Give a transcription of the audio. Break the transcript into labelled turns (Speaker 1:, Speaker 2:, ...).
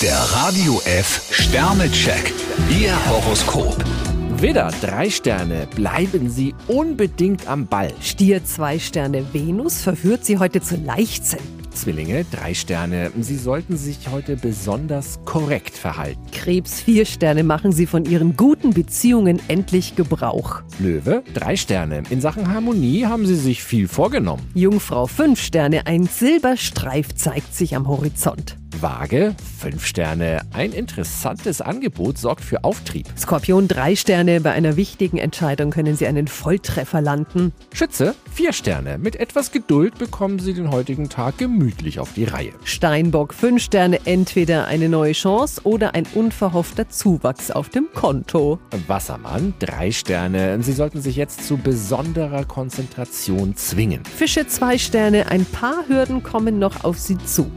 Speaker 1: Der Radio F Sternecheck. Ihr Horoskop.
Speaker 2: Widder, drei Sterne, bleiben Sie unbedingt am Ball.
Speaker 3: Stier zwei Sterne, Venus verführt Sie heute zu Leichtsinn.
Speaker 2: Zwillinge, drei Sterne, Sie sollten sich heute besonders korrekt verhalten.
Speaker 3: Krebs vier Sterne, machen Sie von Ihren guten Beziehungen endlich Gebrauch.
Speaker 2: Löwe, drei Sterne, in Sachen Harmonie haben Sie sich viel vorgenommen.
Speaker 3: Jungfrau fünf Sterne, ein Silberstreif zeigt sich am Horizont.
Speaker 2: Waage, fünf Sterne, ein interessantes Angebot sorgt für Auftrieb.
Speaker 3: Skorpion drei Sterne, bei einer wichtigen Entscheidung können Sie einen Volltreffer landen.
Speaker 2: Schütze, vier Sterne, mit etwas Geduld bekommen Sie den heutigen Tag gemütlich auf die Reihe.
Speaker 3: Steinbock fünf Sterne, entweder eine neue Chance oder ein unverhoffter Zuwachs auf dem Konto.
Speaker 2: Wassermann, drei Sterne, Sie sollten sich jetzt zu besonderer Konzentration zwingen.
Speaker 3: Fische zwei Sterne, ein paar Hürden kommen noch auf Sie zu.